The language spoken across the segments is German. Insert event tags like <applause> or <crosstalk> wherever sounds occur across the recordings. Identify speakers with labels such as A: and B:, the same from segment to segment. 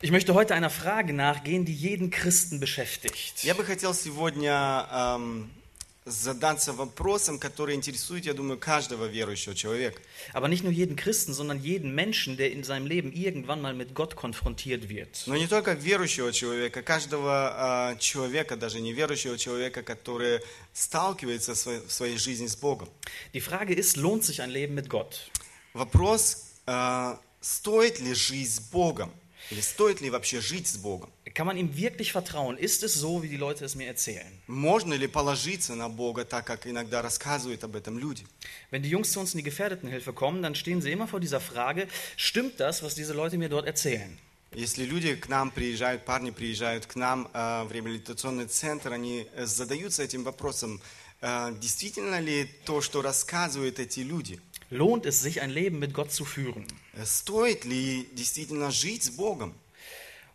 A: Ich möchte heute einer Frage nachgehen, die jeden Christen beschäftigt.
B: Я бы хотел сегодня эм, задаться вопросом, который интересует, я думаю, каждого верующего человека.
A: Aber nicht nur jeden Christen, sondern jeden Menschen, der in seinem Leben irgendwann mal mit Gott konfrontiert wird.
B: Но не только верующего человека, каждого э, человека, даже неверующего человека, который сталкивается в своей- в своей жизни с Богом.
A: Die Frage ist, lohnt sich ein Leben mit Gott?
B: Вопрос, э, стоит ли жизнь с Богом? Или стоит ли вообще жить с Богом?
A: Kann man ihm wirklich vertrauen? Ist es so, wie die Leute es mir erzählen?
B: Можно ли положиться на Бога так, как иногда рассказывают об этом люди?
A: Wenn die Jungs zu uns in die Gefährdetenhilfe kommen, dann stehen sie immer vor dieser Frage, stimmt das, was diese Leute mir dort erzählen?
B: Если люди к нам приезжают, парни приезжают к нам э, в реабилитационный центр, они э, задаются этим вопросом, э, действительно ли то, что рассказывают эти люди,
A: Lohnt es sich, ein Leben mit Gott zu führen?
B: Э, стоит ли действительно жить с Богом?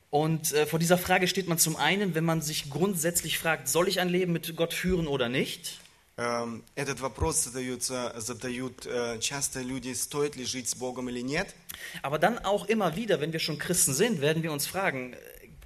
A: Und äh, vor dieser Frage steht man zum einen, wenn man sich grundsätzlich fragt, soll ich ein Leben mit Gott führen oder nicht?
B: Эм, Этот вопрос задаются, задают э, часто люди, стоит ли жить с Богом или нет.
A: Aber dann auch immer wieder, wenn wir schon Christen sind, werden wir uns fragen, äh,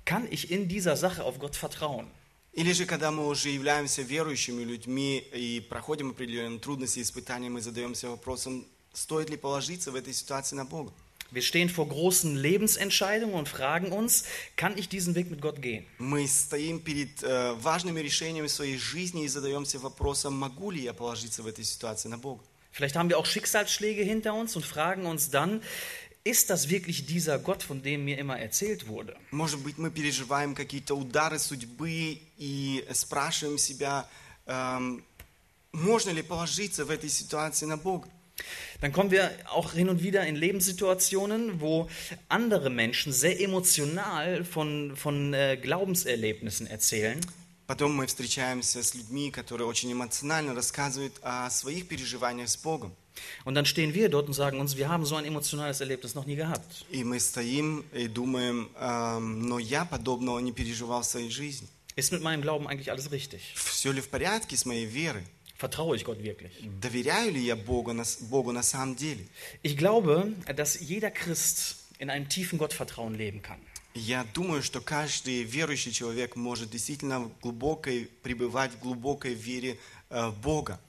A: kann ich in dieser Sache auf Gott vertrauen?
B: Или же, когда мы уже являемся верующими людьми и проходим определенные трудности и испытания, мы задаемся вопросом, стоит ли положиться в этой ситуации на Бога.
A: Wir stehen vor großen Lebensentscheidungen und fragen uns, kann ich diesen Weg mit Gott gehen?
B: Мы стоим перед э, важными решениями своей жизни и задаемся вопросом, могу ли я положиться в этой ситуации на Бога.
A: Vielleicht haben wir auch Schicksalsschläge hinter uns und fragen uns dann, ist das wirklich dieser Gott, von dem mir immer erzählt wurde?
B: Может быть, мы переживаем какие-то удары судьбы и спрашиваем себя, эм, можно ли положиться в этой ситуации на Бога.
A: Dann kommen wir auch hin und wieder in Lebenssituationen, wo andere Menschen sehr emotional von, von äh, Glaubenserlebnissen erzählen.
B: Потом мы встречаемся с людьми, которые очень эмоционально рассказывают о своих переживаниях с Богом.
A: Und dann stehen wir dort und sagen uns, wir haben so ein emotionales Erlebnis noch nie gehabt.
B: И мы стоим и думаем, «Эм, но я подобного не переживал в своей жизни.
A: Ist mit meinem Glauben eigentlich alles richtig?
B: Все ли в порядке с моей верой?
A: Vertraue ich Gott wirklich?
B: Доверяю ли я Богу на, с- Богу на самом деле?
A: Ich glaube, dass jeder Christ in einem tiefen Gottvertrauen leben kann.
B: Я думаю, что каждый верующий человек может действительно в глубокой, пребывать в глубокой вере э, в Бога.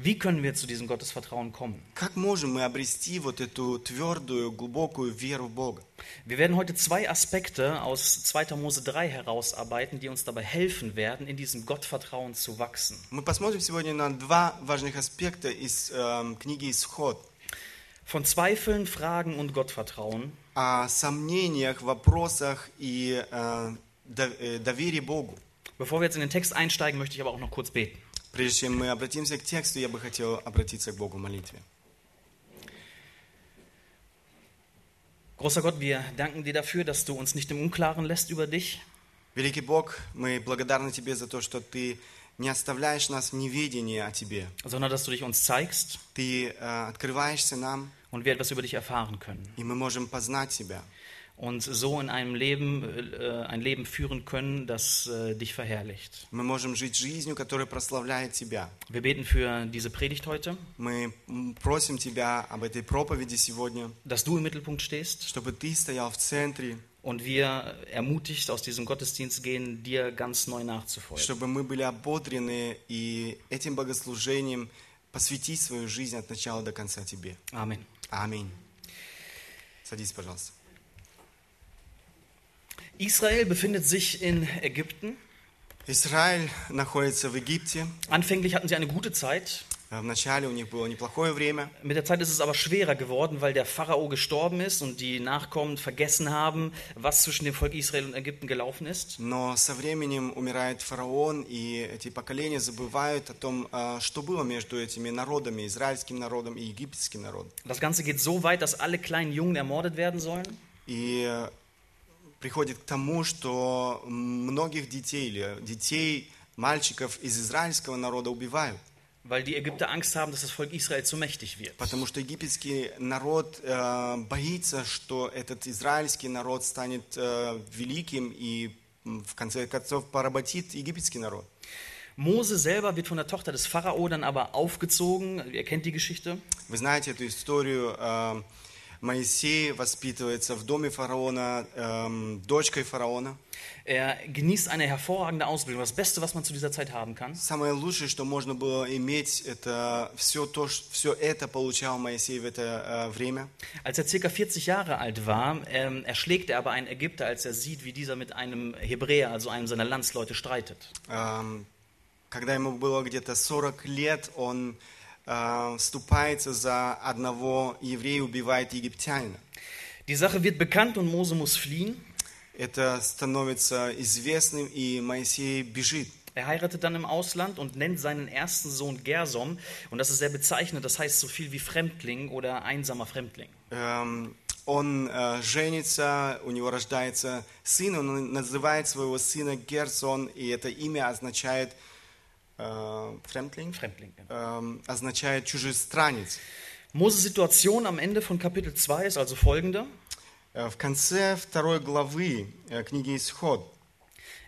A: Wie können wir zu diesem Gottesvertrauen kommen?
B: Как можем мы обрести вот эту твердую, глубокую веру в Бога?
A: Wir werden heute zwei Aspekte aus 2. Mose 3 herausarbeiten, die uns dabei helfen werden, in diesem Gottvertrauen zu wachsen.
B: Мы посмотрим сегодня на два важных аспекта из эм, книги «Исход».
A: Von Zweifeln, Fragen und Gottvertrauen.
B: О сомнениях, вопросах и э, до- э, доверии Богу.
A: Bevor wir jetzt in den Text einsteigen, möchte ich aber auch noch kurz beten.
B: Прежде чем мы обратимся к тексту, я бы хотел обратиться к Богу в молитве.
A: Großer Gott, wir danken dir dafür, dass du uns nicht im Unklaren lässt über dich.
B: Великий Бог, мы благодарны Тебе за то, что Ты не оставляешь нас в неведении о Тебе.
A: sondern dass du dich uns zeigst
B: Ты э, открываешься нам,
A: und wir etwas über dich erfahren können
B: и мы можем познать Тебя.
A: und so in einem Leben äh, ein Leben führen können, das äh, dich verherrlicht.
B: Мы можем жить жизнью, которая прославляет Тебя.
A: Wir beten für diese Predigt heute,
B: Мы м, просим Тебя об этой проповеди сегодня,
A: dass du im Mittelpunkt stehst
B: чтобы Ты стоял в центре,
A: und wir ermutigt aus diesem Gottesdienst gehen, dir ganz neu nachzufolgen.
B: чтобы мы были ободрены и этим богослужением посвятить свою жизнь от начала до конца Тебе.
A: Amen.
B: Аминь. Садись, пожалуйста.
A: Israel befindet sich in Ägypten.
B: Израиль находится в Египте.
A: Anfänglich hatten sie eine gute Zeit.
B: Э, Вначале у них было неплохое время.
A: Mit der Zeit ist es aber schwerer geworden, weil der Pharao gestorben ist und die Nachkommen vergessen haben, was zwischen dem Volk Israel und Ägypten gelaufen ist.
B: Но со временем умирает фараон, и эти поколения забывают о том, э, что было между этими народами, израильским народом и египетским народом.
A: Das Ganze geht so weit, dass alle kleinen Jungen ermordet werden sollen.
B: И э, приходит к тому, что многих детей, или детей, мальчиков из израильского народа убивают,
A: Weil die Ägypter Angst haben, dass das Volk Israel zu mächtig wird.
B: потому что египетский народ э, боится, что этот израильский народ станет э, великим и м, в конце концов поработит египетский народ.
A: Mose selber wird von der Tochter des Pharao dann aber aufgezogen. Ihr kennt die Geschichte.
B: Вы знаете эту историю. э, Моисей воспитывается в доме фараона, эм, дочкой фараона.
A: Er genießt eine hervorragende Ausbildung, das Beste, was man zu dieser Zeit haben kann.
B: Самое лучшее, что можно было иметь, это все то, все это получал Моисей в это э, время.
A: Als er ca. 40 Jahre alt war, ähm, erschlägt er aber einen Ägypter, als er sieht, wie dieser mit einem Hebräer, also einem seiner Landsleute, streitet.
B: Эм, когда ему было где-то 40 лет, он э, вступается за одного еврея, убивает египтянина.
A: Die Sache wird bekannt und Mose muss fliehen.
B: Это становится известным, и Моисей бежит.
A: Er heiratet dann im Ausland und nennt seinen ersten Sohn Gersom. Und das ist sehr bezeichnend, das heißt so viel wie Fremdling oder einsamer Fremdling.
B: Эм, он э, женится, у него рождается сын, он называет своего сына Герсон, и это имя означает э, «фремдлинг»,
A: Fremdling. ja.
B: эм, означает чужестранец.
A: Moses Situation am Ende von Kapitel 2 ist also folgende.
B: Э, В конце второй главы э, книги Исход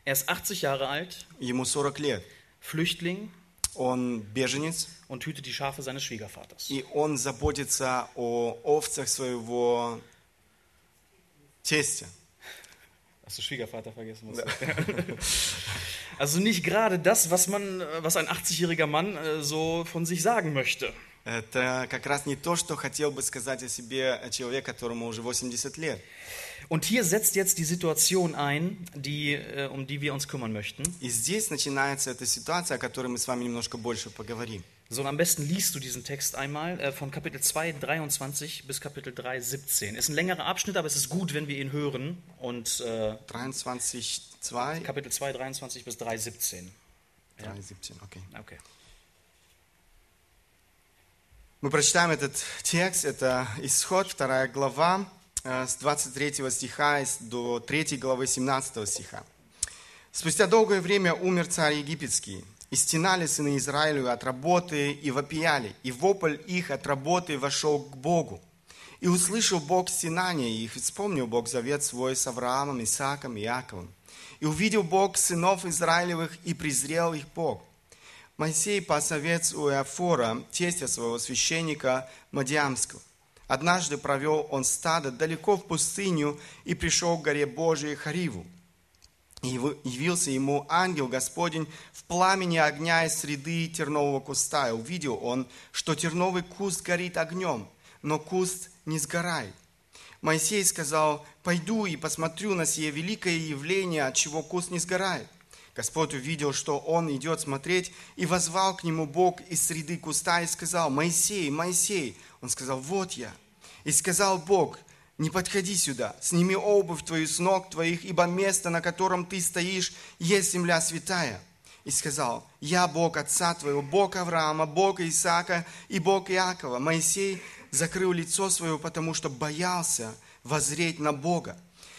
A: Er ist 80 Jahre alt,
B: ему 40 лет,
A: Flüchtling
B: он беженец,
A: und hütet die Schafe seines Schwiegervaters.
B: и он заботится о овцах своего тестя.
A: Hast du Schwiegervater vergessen? Ja. <laughs> also nicht gerade das, was man, äh, was ein 80-jähriger Mann äh, so von sich sagen möchte.
B: Это как раз не то, что хотел бы сказать о себе человек, которому уже 80 лет.
A: Und hier setzt jetzt die Situation ein, die, äh, um die wir uns kümmern möchten.
B: И здесь начинается эта ситуация, о которой мы с вами немножко больше поговорим.
A: So, und am besten liest du diesen Text einmal äh, von Kapitel 2, 23 bis Kapitel 3, 17. Ist ein längerer Abschnitt, aber es ist gut, wenn wir ihn hören. Und äh,
B: 23.2,
A: Kapitel 2, 23 bis 3, 17.
B: 17, окей.
A: Okay.
B: Мы прочитаем этот текст, это Исход, 2 глава, э, с 23 стиха и с- до 3 главы 17 стиха. «Спустя долгое время умер царь египетский, и стенали сыны Израилю от работы, и вопияли, и вопль их от работы вошел к Богу. И услышал Бог стенания их, и вспомнил Бог завет свой с Авраамом, Исааком и Иаковом. И увидел Бог сынов Израилевых, и презрел их Бог. Моисей пас овец у Иофора, тестя своего священника Мадиамского. Однажды провел он стадо далеко в пустыню и пришел к горе Божией Хариву. И яв- явился ему ангел Господень в пламени огня из среды тернового куста. И увидел он, что терновый куст горит огнем, но куст не сгорает. Моисей сказал, пойду и посмотрю на сие великое явление, от чего куст не сгорает. Господь увидел, что он идет смотреть, и возвал к нему Бог из среды куста и сказал, Моисей, Моисей. Он сказал, вот я. И сказал Бог, не подходи сюда, сними обувь твою с ног твоих, ибо место, на котором ты стоишь, есть земля святая. И сказал, я Бог отца твоего, Бог Авраама, Бог Исаака и Бог Иакова. Моисей закрыл лицо свое, потому что боялся воззреть на Бога.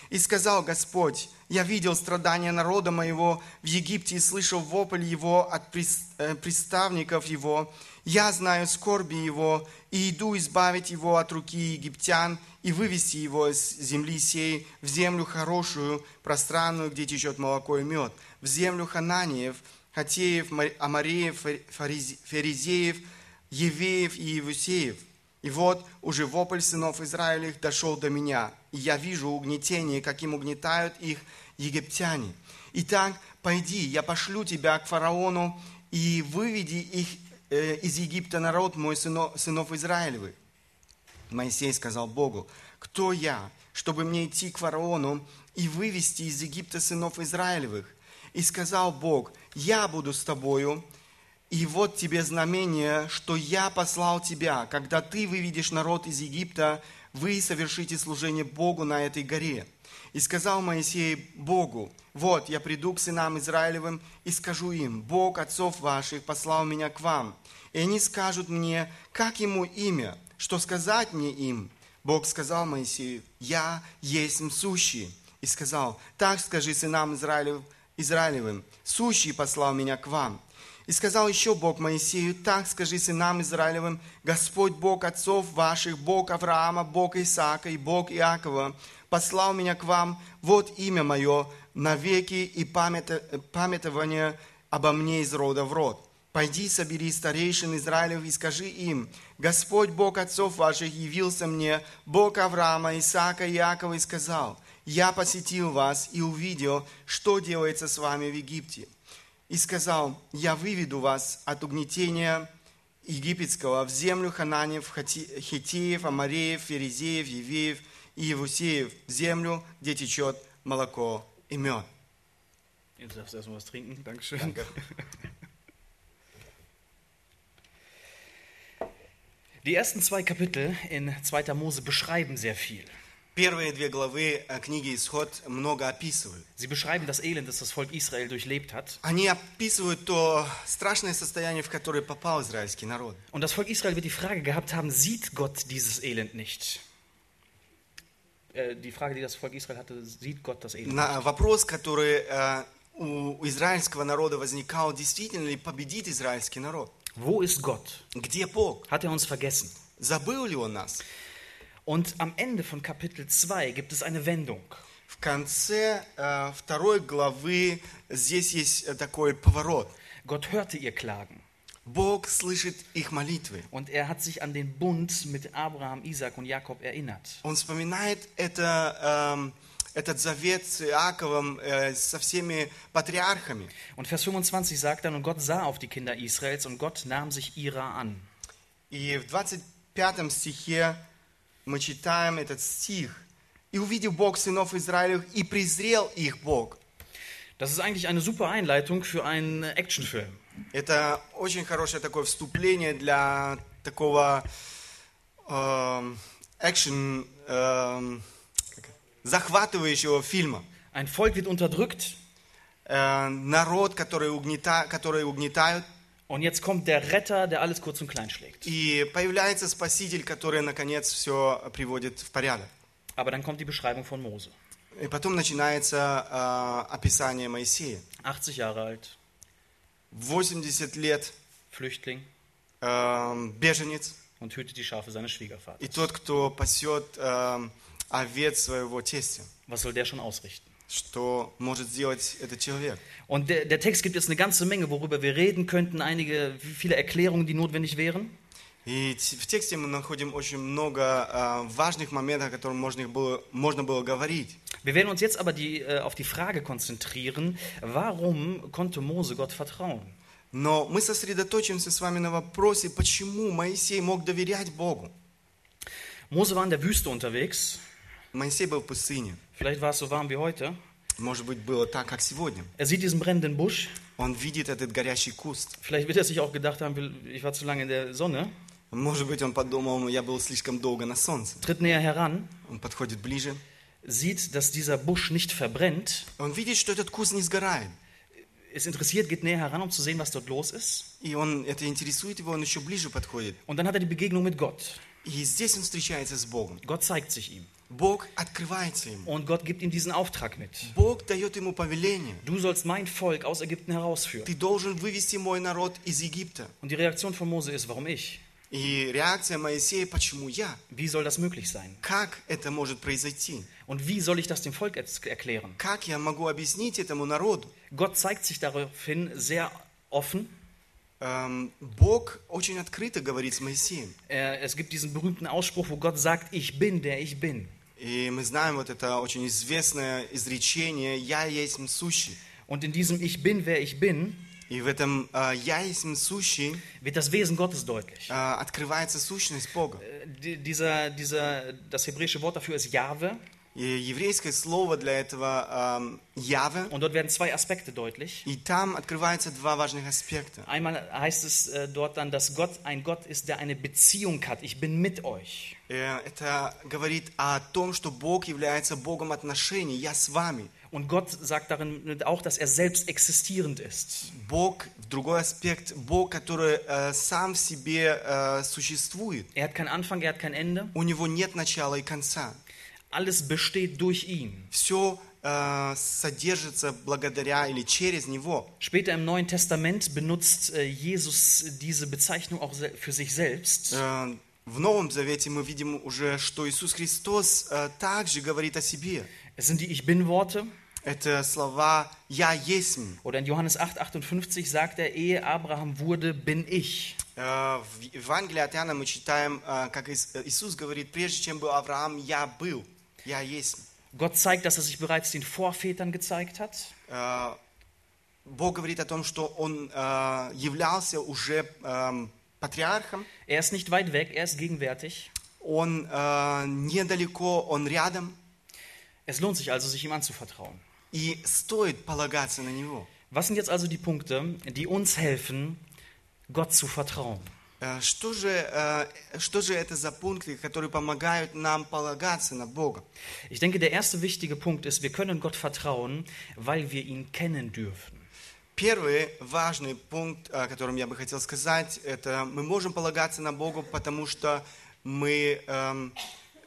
B: И сказал Господь, я видел страдания народа моего в Египте и слышал вопль его от прис- э, приставников его. Я знаю скорби его и иду избавить его от руки египтян и вывести его из земли сей в землю хорошую, пространную, где течет молоко и мед, в землю Хананиев, Хатеев, Ма- Амареев, Фари- Фаризи- Ферезеев, Евеев и Евусеев. И вот уже вопль сынов Израилевых дошел до меня, и я вижу угнетение, каким угнетают их египтяне. Итак, пойди, я пошлю тебя к фараону, и выведи их э, из Египта народ мой сыно- сынов Израилевых. Моисей сказал Богу, кто я, чтобы мне идти к фараону и вывести из Египта сынов Израилевых? И сказал Бог, я буду с тобою, и вот тебе знамение, что я послал тебя, когда ты выведешь народ из Египта, вы совершите служение Богу на этой горе. И сказал Моисей Богу, вот я приду к сынам Израилевым и скажу им, Бог отцов ваших послал меня к вам. И они скажут мне, как ему имя, что сказать мне им. Бог сказал Моисею, я есть сущий. И сказал, так скажи сынам Израилев, Израилевым, сущий послал меня к вам. И сказал еще Бог Моисею, так скажи сынам Израилевым, Господь Бог отцов ваших, Бог Авраама, Бог Исаака и Бог Иакова, послал меня к вам, вот имя мое навеки и памята- памятование обо мне из рода в род. «Пойди, собери старейшин Израилев и скажи им, Господь Бог отцов ваших явился мне, Бог Авраама, Исаака и Иакова, и сказал, «Я посетил вас и увидел, что делается с вами в Египте, и сказал, «Я выведу вас от угнетения египетского в землю хананев, хати- хетеев, амареев, ферезеев, евеев и евусеев, в землю, где течет молоко и мед».
A: Jetzt darfst du erstmal was trinken. Dankeschön. Die ersten zwei Kapitel in 2. Mose beschreiben sehr viel.
B: Первые две главы э, книги «Исход» много описывают.
A: Sie beschreiben das Elend, das das Volk Israel durchlebt hat.
B: Они описывают то страшное состояние, в которое попал израильский народ.
A: Und das Volk Israel wird die Frage gehabt haben, sieht Gott dieses Elend nicht? Äh, die Frage, die das Volk Israel hatte, sieht Gott das Elend?
B: На вопрос, который э, у израильского народа возникал, действительно ли победит израильский народ?
A: Wo ist Gott?
B: Где Бог?
A: Hat er uns vergessen?
B: Забыл ли он нас?
A: Und am Ende von Kapitel 2 gibt es eine Wendung.
B: В конце э, второй главы здесь есть э, такой поворот.
A: Gott hörte ihr Klagen
B: Бог слышит их молитвы.
A: und er hat sich an den Bund mit Abraham, Isaac und Jakob erinnert.
B: Он вспоминает это, эм, этот завет с Иаковом, э, со всеми патриархами.
A: Und Vers 25 sagt dann, und Gott sah auf die Kinder Israels und Gott nahm sich ihrer an.
B: И в 25 стихе мы читаем этот стих. «И увидел Бог сынов Израилев, и презрел их Бог».
A: Das ist eigentlich eine super Einleitung für einen Actionfilm.
B: Это очень хорошее такое вступление для такого эм, экшен, эм, как это, захватывающего фильма.
A: Ein Volk wird unterdrückt
B: Э, народ, который, угнета, который угнетают,
A: und jetzt kommt der Retter, der alles kurz und klein schlägt.
B: и появляется спаситель, который, наконец, все приводит в порядок.
A: Aber dann kommt die Beschreibung von Mose.
B: И потом начинается э, описание Моисея.
A: 80 Jahre alt,
B: 80 лет
A: Flüchtling
B: эм, беженец
A: und hütet die Schafe seines Schwiegervaters.
B: и тот, кто пасет эм, овец своего тестя.
A: Was soll der schon ausrichten?
B: Что может сделать этот человек?
A: Und der, der Text gibt jetzt eine ganze Menge, worüber wir reden könnten, einige, viele Erklärungen, die notwendig wären.
B: И т- в тексте мы находим очень много э, важных моментов, о которых можно их было, можно было говорить.
A: Wir werden uns jetzt aber die, äh, auf die Frage konzentrieren, warum konnte Mose Gott vertrauen?
B: Но мы сосредоточимся с вами на вопросе, почему Моисей мог доверять Богу.
A: Mose war in der Wüste unterwegs,
B: Моисей был в пустыне.
A: vielleicht war es so warm wie heute.
B: Может быть, было так, как сегодня.
A: Er sieht diesen brennenden Busch,
B: Он видит этот горящий куст.
A: vielleicht wird er sich auch gedacht haben, will- ich war zu lange in der Sonne,
B: Может быть, он подумал, «Ну, я был слишком долго на солнце.
A: tritt näher heran,
B: Он подходит ближе.
A: sieht, dass dieser Busch nicht verbrennt,
B: Он видит, что этот куст не сгорает.
A: ist interessiert, geht näher heran, um zu sehen, was dort los ist.
B: И он, это интересует его, он еще ближе подходит.
A: Und dann hat er die Begegnung mit Gott.
B: И здесь он встречается с Богом.
A: Gott zeigt sich ihm
B: Бог открывается ему.
A: und Gott gibt ihm diesen Auftrag mit.
B: Бог дает ему повеление.
A: Du sollst mein Volk aus Ägypten herausführen.
B: Ты должен вывести мой народ из Египта.
A: Und die Reaktion von Mose ist, warum ich?
B: И реакция Моисея, почему я?
A: Wie soll das möglich sein?
B: Как это может произойти?
A: Und wie soll ich das dem Volk erz- erklären?
B: Как я могу объяснить этому народу?
A: Gott zeigt sich daraufhin sehr offen.
B: Эм, Бог очень открыто говорит с Моисеем.
A: Äh, Es gibt diesen berühmten Ausspruch, wo Gott sagt, ich bin, der ich bin.
B: И мы знаем вот это очень известное изречение «Я есть сущий».
A: Und in diesem Ich bin, wer ich bin,
B: И в этом э, «Я есть сущий»
A: wird das Wesen Gottes deutlich.
B: э, открывается сущность Бога.
A: Äh, die- Dieser, dieser, das hebräische Wort dafür ist Jahwe.
B: И еврейское слово для этого эм, «яве».
A: Und dort werden zwei Aspekte deutlich.
B: И там открываются два важных аспекта.
A: Einmal heißt es äh, dort dann, dass Gott ein Gott ist, der eine Beziehung hat. Ich bin mit euch.
B: Э, это говорит о том, что Бог является Богом отношений. «Я с вами».
A: Und Gott sagt darin auch, dass er selbst existierend ist.
B: Бог, в другой аспект, Бог, который э, сам в себе э, существует.
A: Er hat keinen Anfang, er hat kein Ende.
B: У него нет начала и конца.
A: Alles besteht durch ihn.
B: Все э, содержится благодаря или через него.
A: Später im Neuen Testament benutzt äh, Jesus diese Bezeichnung auch se- für sich selbst.
B: Э, В Новом Завете мы видим уже, что Иисус Христос э, также говорит о себе.
A: Es sind die Ich Bin-Worte.
B: Это слова «Я есть».
A: Oder in Johannes 8, 58 sagt er, ehe Abraham wurde, bin ich.
B: Э, В Евангелии от Иоанна мы читаем, э, как Ис- э, Иисус говорит, прежде чем был Авраам, я был, я есть.
A: Gott zeigt, dass er sich bereits den Vorvätern gezeigt hat.
B: Э, Бог говорит о том, что Он э, являлся уже эм, патриархом,
A: Er ist nicht weit weg, er ist gegenwärtig.
B: Он э, недалеко, Он рядом,
A: Es lohnt sich also, sich ihm anzuvertrauen.
B: и стоит полагаться на Него.
A: Was sind jetzt also die Punkte, die uns helfen, Gott zu vertrauen?
B: Э, Что же, э, что же это за пункты, которые помогают нам полагаться на Бога?
A: Ich denke, der erste wichtige Punkt ist, wir können Gott vertrauen, weil wir ihn kennen dürfen.
B: Первый важный пункт, о котором я бы хотел сказать, это мы можем полагаться на Бога, потому что мы эм,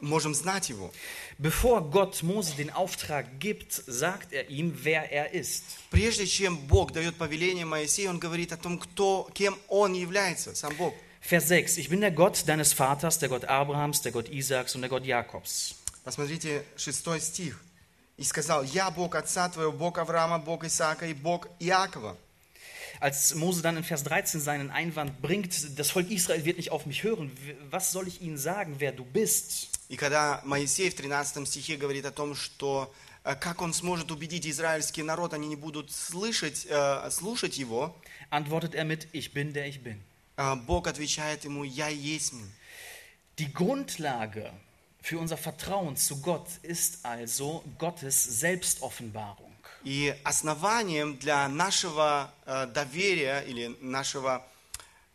B: можем знать Его.
A: Bevor Gott Mose den Auftrag gibt, sagt er ihm, wer er ist.
B: Прежде чем Бог дает повеление Моисею, он говорит о том, кто, кем он является, сам Бог.
A: Vers 6. Ich bin der Gott deines Vaters, der Gott Abrahams, der Gott Isaaks und der Gott Jakobs.
B: Посмотрите, шестой стих. «И сказал, я Бог отца твоего, Бог Авраама, Бог Исаака и Бог Иакова».
A: Als Mose dann in Vers 13 seinen Einwand bringt, das Volk Israel wird nicht auf mich hören, w- was soll ich ihnen sagen, wer du bist?
B: И когда Моисей в 13 стихе говорит о том, что э, как он сможет убедить израильский народ, они не будут слышать, э, слушать его,
A: Antwortet er mit, ich bin der ich bin.
B: А Бог отвечает ему, я есть.
A: Die Grundlage für unser Vertrauen zu Gott ist also Gottes Selbstoffenbarung.
B: И основанием для нашего э, доверия или нашего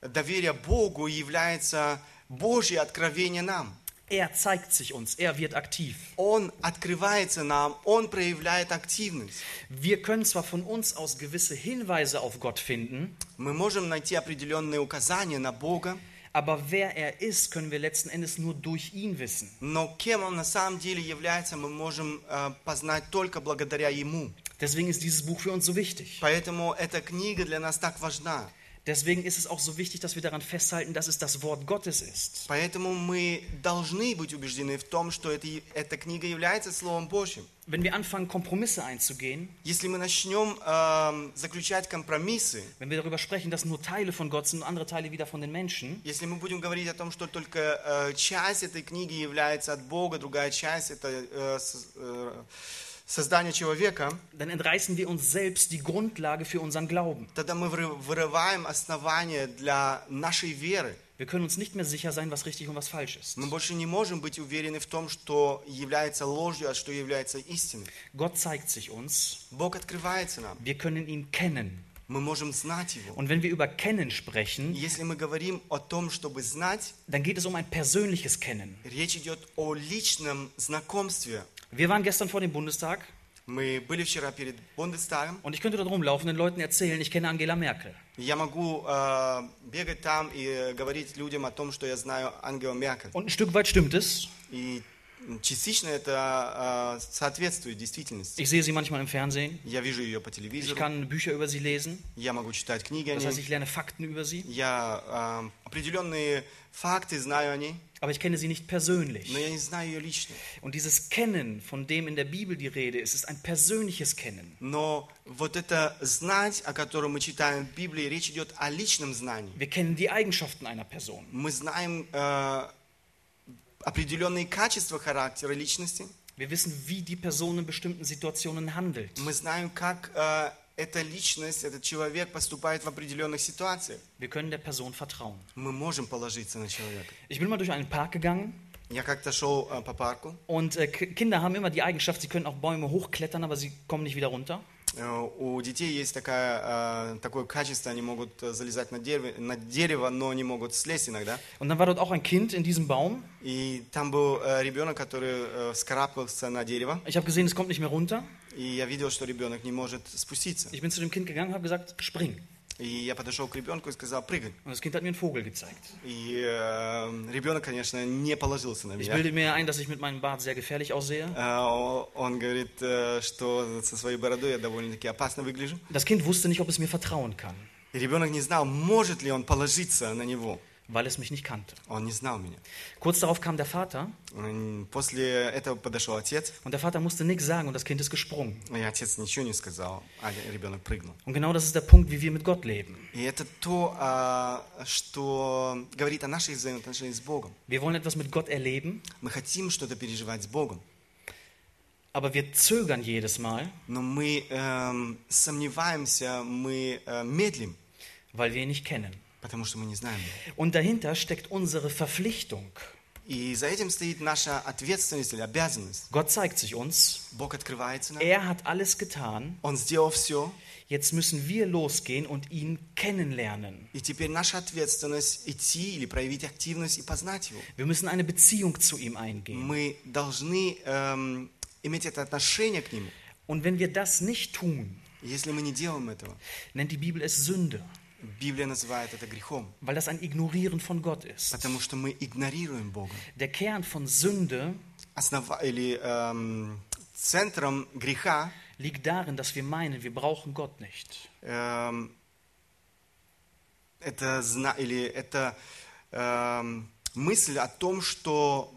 B: доверия Богу является Божье откровение нам.
A: Er zeigt sich uns, er wird aktiv.
B: Он открывается нам, Он проявляет активность.
A: Wir können zwar von uns aus gewisse Hinweise auf Gott finden,
B: Мы можем найти определенные указания на Бога,
A: aber wer er ist, können wir letzten Endes nur durch ihn wissen.
B: но кем Он на самом деле является, мы можем э, познать только благодаря Ему.
A: Deswegen ist dieses Buch für uns so wichtig.
B: Поэтому эта книга для нас так важна.
A: Deswegen ist es auch so wichtig, dass wir daran festhalten, dass es das Wort Gottes ist.
B: Поэтому мы должны быть убеждены в том, что это, эта книга является Словом Божьим.
A: Wenn wir anfangen, Kompromisse einzugehen,
B: Если мы начнем эм, заключать компромиссы,
A: wenn wir darüber sprechen, dass nur Teile von Gott sind und andere Teile wieder von den Menschen,
B: если мы будем говорить о том, что только э, часть этой книги является от Бога, другая часть это э, с- э, создание человека,
A: dann entreißen wir uns selbst die Grundlage für unseren Glauben.
B: тогда мы вры- вырываем основания для нашей веры.
A: Wir können uns nicht mehr sicher sein, was richtig und was falsch ist.
B: Мы больше не можем быть уверены в том, что является ложью, а что является истиной.
A: Gott zeigt sich uns,
B: Бог открывается нам.
A: wir können ihn kennen.
B: Мы можем знать Его.
A: Und wenn wir über Kennen sprechen,
B: Если мы говорим о том, чтобы знать,
A: dann geht es um ein persönliches Kennen.
B: Речь идет о личном знакомстве.
A: Wir waren gestern vor dem Bundestag
B: Мы были вчера перед Бундестагом.
A: und ich könnte dort rumlaufen und den Leuten erzählen, ich kenne Angela Merkel.
B: Я могу э, бегать там и э, говорить людям о том, что я знаю Ангела Меркель.
A: Und ein Stück weit stimmt es.
B: И частично это э, соответствует действительности.
A: Ich sehe sie manchmal im Fernsehen.
B: Я вижу ее по
A: Ich
B: телевизору,
A: kann Bücher über sie lesen.
B: я могу читать книги о
A: Das heißt,
B: ней.
A: ich lerne Fakten über sie.
B: Я э, определенные факты знаю о ней,
A: Aber ich kenne sie nicht
B: но
A: persönlich.
B: я не знаю ее лично.
A: Und dieses Kennen, von dem in der Bibel die Rede ist, ist ein persönliches Kennen.
B: Но вот это знать, о котором мы читаем в Библии, речь идет о личном знании.
A: Wir kennen die Eigenschaften einer Person.
B: мы знаем э, определенные качества характера личности,
A: Wir wissen, wie die Person in bestimmten Situationen handelt.
B: мы знаем, как э, эта личность, этот человек поступает в определенных ситуациях.
A: Wir können der Person vertrauen.
B: Мы можем положиться на человека.
A: Ich bin mal durch einen Park gegangen
B: Я как-то шел э, по парку,
A: und äh, K- Kinder haben immer die Eigenschaft, sie können auch Bäume hochklettern, aber sie kommen nicht wieder runter.
B: Э, у детей есть такая, э, такое качество, они могут э, залезать на дерево, на дерево, но не могут слезть иногда.
A: Und dann war dort auch ein Kind in diesem Baum.
B: И там был э, ребенок, который э, вскарабкался на дерево,
A: Ich habe gesehen, es kommt nicht mehr runter.
B: и я видел, что ребенок не может спуститься.
A: Ich bin zu dem Kind gegangen und habe gesagt, spring.
B: И я подошел к ребенку и сказал, прыгай.
A: Und das Kind hat mir einen Vogel gezeigt.
B: И э, ребенок, конечно, не положился на
A: Ich
B: меня.
A: bilde mir ein, dass ich mit meinem Bart sehr gefährlich aussehe.
B: Э, о- Он говорит, э, что со своей бородой я довольно-таки опасно выгляжу.
A: Das Kind wusste nicht, ob es mir vertrauen kann.
B: И ребенок не знал, может ли он положиться на него.
A: weil es mich nicht kannte.
B: Он не знал меня.
A: Kurz darauf kam der Vater
B: М, После этого подошел отец,
A: und der Vater musste nichts sagen und das Kind ist gesprungen.
B: и отец ничего не сказал, а ребенок прыгнул.
A: Und genau das ist der Punkt, wie wir mit Gott leben.
B: И это то, а, что говорит о наших взаимоотношениях с Богом.
A: Wir wollen etwas mit Gott erleben,
B: Мы хотим что-то переживать с Богом,
A: aber wir zögern jedes Mal,
B: но мы эм, сомневаемся, мы э, медлим,
A: weil wir ihn nicht kennen.
B: потому что мы не знаем. Его.
A: Und dahinter steckt unsere Verpflichtung.
B: И за этим стоит наша ответственность или обязанность.
A: Gott zeigt sich uns.
B: Бог открывается нам.
A: Er hat alles getan.
B: Он сделал все,
A: Jetzt müssen wir losgehen und ihn kennenlernen.
B: и теперь наша ответственность идти или проявить активность и познать его.
A: Wir müssen eine Beziehung zu ihm eingehen.
B: Мы должны эм, иметь это отношение к нему.
A: Und wenn wir das nicht tun,
B: Если мы не делаем этого,
A: nennt die Bibel es Sünde,
B: Библия называет это грехом,
A: weil das ein Ignorieren von Gott ist.
B: потому что мы игнорируем Бога.
A: Der Kern von Sünde
B: Основа или эм, центром греха
A: liegt darin, dass wir meinen, wir brauchen Gott nicht.
B: эм, это зна или это эм, мысль о том, что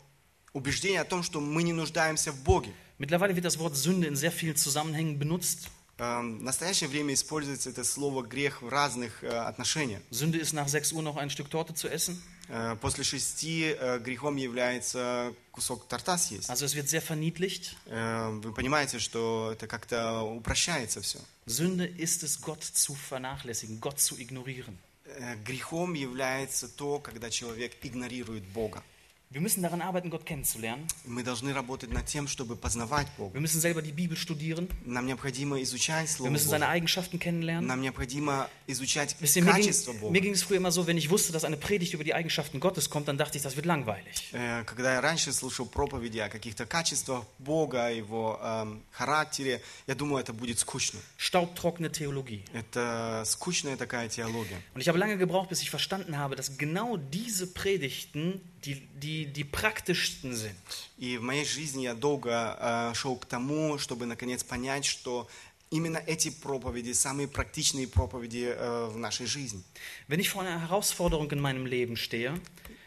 B: убеждение о том, что мы не нуждаемся в Боге.
A: Mittlerweile wird das Wort Sünde in sehr vielen Zusammenhängen benutzt.
B: Эм, в настоящее время используется это слово грех в разных э, отношениях.
A: Sünde ist nach 6 Uhr noch ein Stück Torte zu essen.
B: Э, После шести э, грехом является кусок торта съесть.
A: Also es wird sehr verniedlicht.
B: Э, Вы понимаете, что это как-то упрощается все.
A: Sünde ist es, Gott zu vernachlässigen, Gott zu ignorieren.
B: Э, Грехом является то, когда человек игнорирует Бога.
A: Wir müssen daran arbeiten, Gott kennenzulernen.
B: И Мы должны работать над тем, чтобы познавать Бога.
A: Wir müssen selber die Bibel studieren.
B: Нам необходимо изучать
A: Wir
B: Слово
A: müssen seine
B: Бога.
A: Eigenschaften kennenlernen.
B: Нам необходимо изучать
A: Wisst ihr, mir
B: качество
A: ging, mir
B: Бога.
A: ging es früher immer so, wenn ich wusste, dass eine Predigt über die Eigenschaften Gottes kommt, dann dachte ich, das wird langweilig.
B: Э, Когда я раньше слушал проповеди о каких-то качествах Бога, о его эм, характере, я думаю, это будет скучно.
A: Staubtrockene Theologie.
B: Это э, скучная такая теология.
A: Und ich habe lange gebraucht, bis ich verstanden habe, dass genau diese Predigten die, die, die praktischsten sind.
B: И в моей жизни я долго э, шел к тому, чтобы наконец понять, что именно эти проповеди, самые практичные проповеди э, в нашей жизни.
A: Wenn ich vor einer Herausforderung in meinem Leben stehe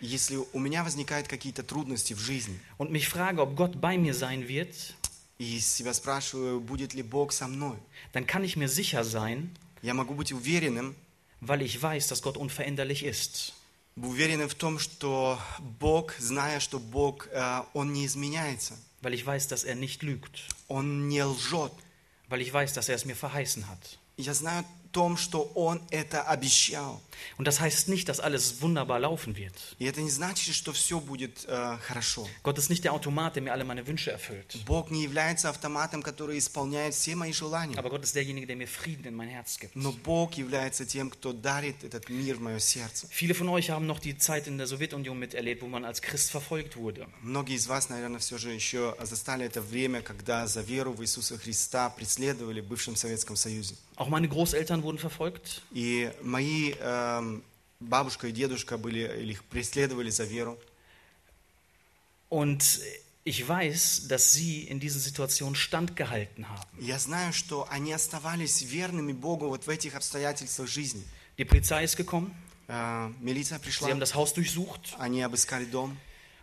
B: Если у меня возникают какие-то трудности в жизни,
A: und mich frage, ob Gott bei mir sein wird,
B: и себя спрашиваю, будет ли Бог со мной,
A: dann kann ich mir sicher sein,
B: я могу быть уверенным,
A: weil ich weiß, dass Gott unveränderlich ist.
B: уверенным в том, что Бог, зная, что Бог, э, Он не изменяется,
A: Weil ich weiß, dass er nicht lügt.
B: Он не лжет.
A: Weil ich weiß, dass er es mir verheißen hat.
B: Я знаю о том, что Он это обещал.
A: Und das heißt nicht, dass alles wunderbar laufen wird.
B: И это не значит, что все будет э, хорошо.
A: Gott ist nicht der Automat, der mir alle meine Wünsche erfüllt.
B: Бог не является автоматом, который исполняет все мои желания.
A: Aber Gott ist derjenige, der mir Frieden in mein Herz gibt.
B: Но Бог является тем, кто дарит этот мир в мое сердце.
A: Viele von euch haben noch die Zeit in der Sowjetunion miterlebt, wo man als Christ verfolgt wurde.
B: Многие из вас, наверное, все же еще застали это время, когда за веру в Иисуса Христа преследовали в бывшем Советском Союзе.
A: Auch meine Großeltern wurden verfolgt.
B: И мои эм, бабушка и дедушка были, или их преследовали за веру.
A: Und ich weiß, dass sie in diesen Situationen standgehalten haben.
B: И Я знаю, что они оставались верными Богу вот в этих обстоятельствах жизни.
A: Die Polizei ist gekommen,
B: Э, милиция пришла,
A: sie haben das Haus durchsucht
B: они обыскали дом.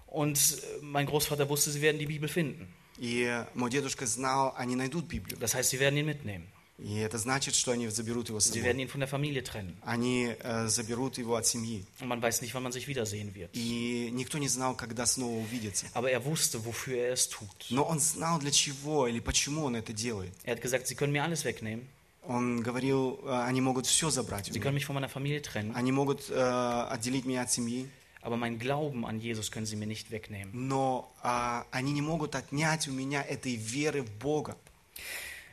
A: und mein Großvater wusste, sie werden die Bibel finden.
B: И мой дедушка знал, они найдут Библию.
A: Das heißt, sie werden ihn mitnehmen.
B: И это значит, что они заберут его с
A: Sie
B: собой.
A: werden ihn von der Familie trennen.
B: Они э, заберут его от семьи.
A: Und man weiß nicht, wann man sich wiedersehen wird.
B: И никто не знал, когда снова увидится.
A: Aber er wusste, wofür er es tut.
B: Но он знал, для чего или почему он это делает.
A: Er hat gesagt, sie können mir alles wegnehmen.
B: Он говорил, э, они могут все забрать. у
A: Sie
B: меня.
A: können mich von meiner Familie trennen.
B: Они могут э, отделить меня от семьи,
A: Aber meinen Glauben an Jesus können sie mir nicht wegnehmen.
B: но а, они не могут отнять у меня этой веры в Бога.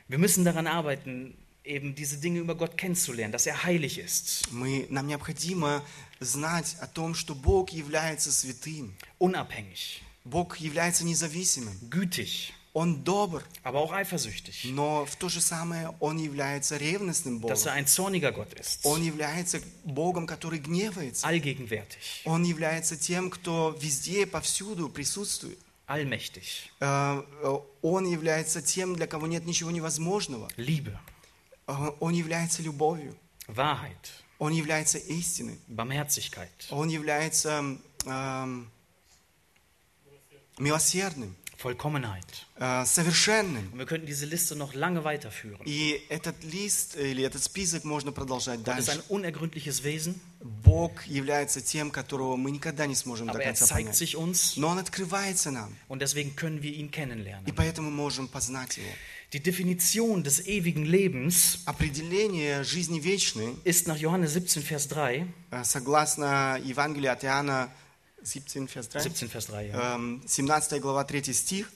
A: Wir müssen daran arbeiten, eben diese Dinge über Gott kennenzulernen, dass er heilig ist,
B: Мы, нам необходимо знать о том, что Бог является святым.
A: unabhängig,
B: Бог является независимым.
A: gütig,
B: Он добр,
A: aber auch eifersüchtig.
B: но в то же самое Он является ревностным
A: Dass er
B: Богом.
A: ein zorniger Gott ist,
B: Он является Богом, который гневается.
A: allgegenwärtig,
B: Он является тем, кто везде, повсюду присутствует.
A: allmächtig,
B: Э, э, Он является тем, для кого нет ничего невозможного.
A: Liebe,
B: Э, Он является любовью,
A: Wahrheit,
B: Он является истиной.
A: Barmherzigkeit,
B: Он является эм, милосердным,
A: Vollkommenheit.
B: э, совершенным.
A: Und wir könnten diese Liste noch lange weiterführen.
B: И этот лист э, или этот список можно продолжать
A: Gott ist ein
B: дальше.
A: unergründliches Wesen,
B: Бог является тем, которого мы никогда не сможем до
A: aber er
B: конца
A: zeigt
B: понять.
A: sich uns
B: Но Он открывается нам,
A: und deswegen können wir ihn
B: и
A: kennenlernen.
B: поэтому можем познать Его.
A: Die Definition des ewigen Lebens
B: Определение жизни вечной,
A: ist nach Johannes 17, Vers 3,
B: э, согласно Евангелию от Иоанна 17, vers 3,
A: 17, Vers 3, ja.
B: эм, 17 глава 3 стих,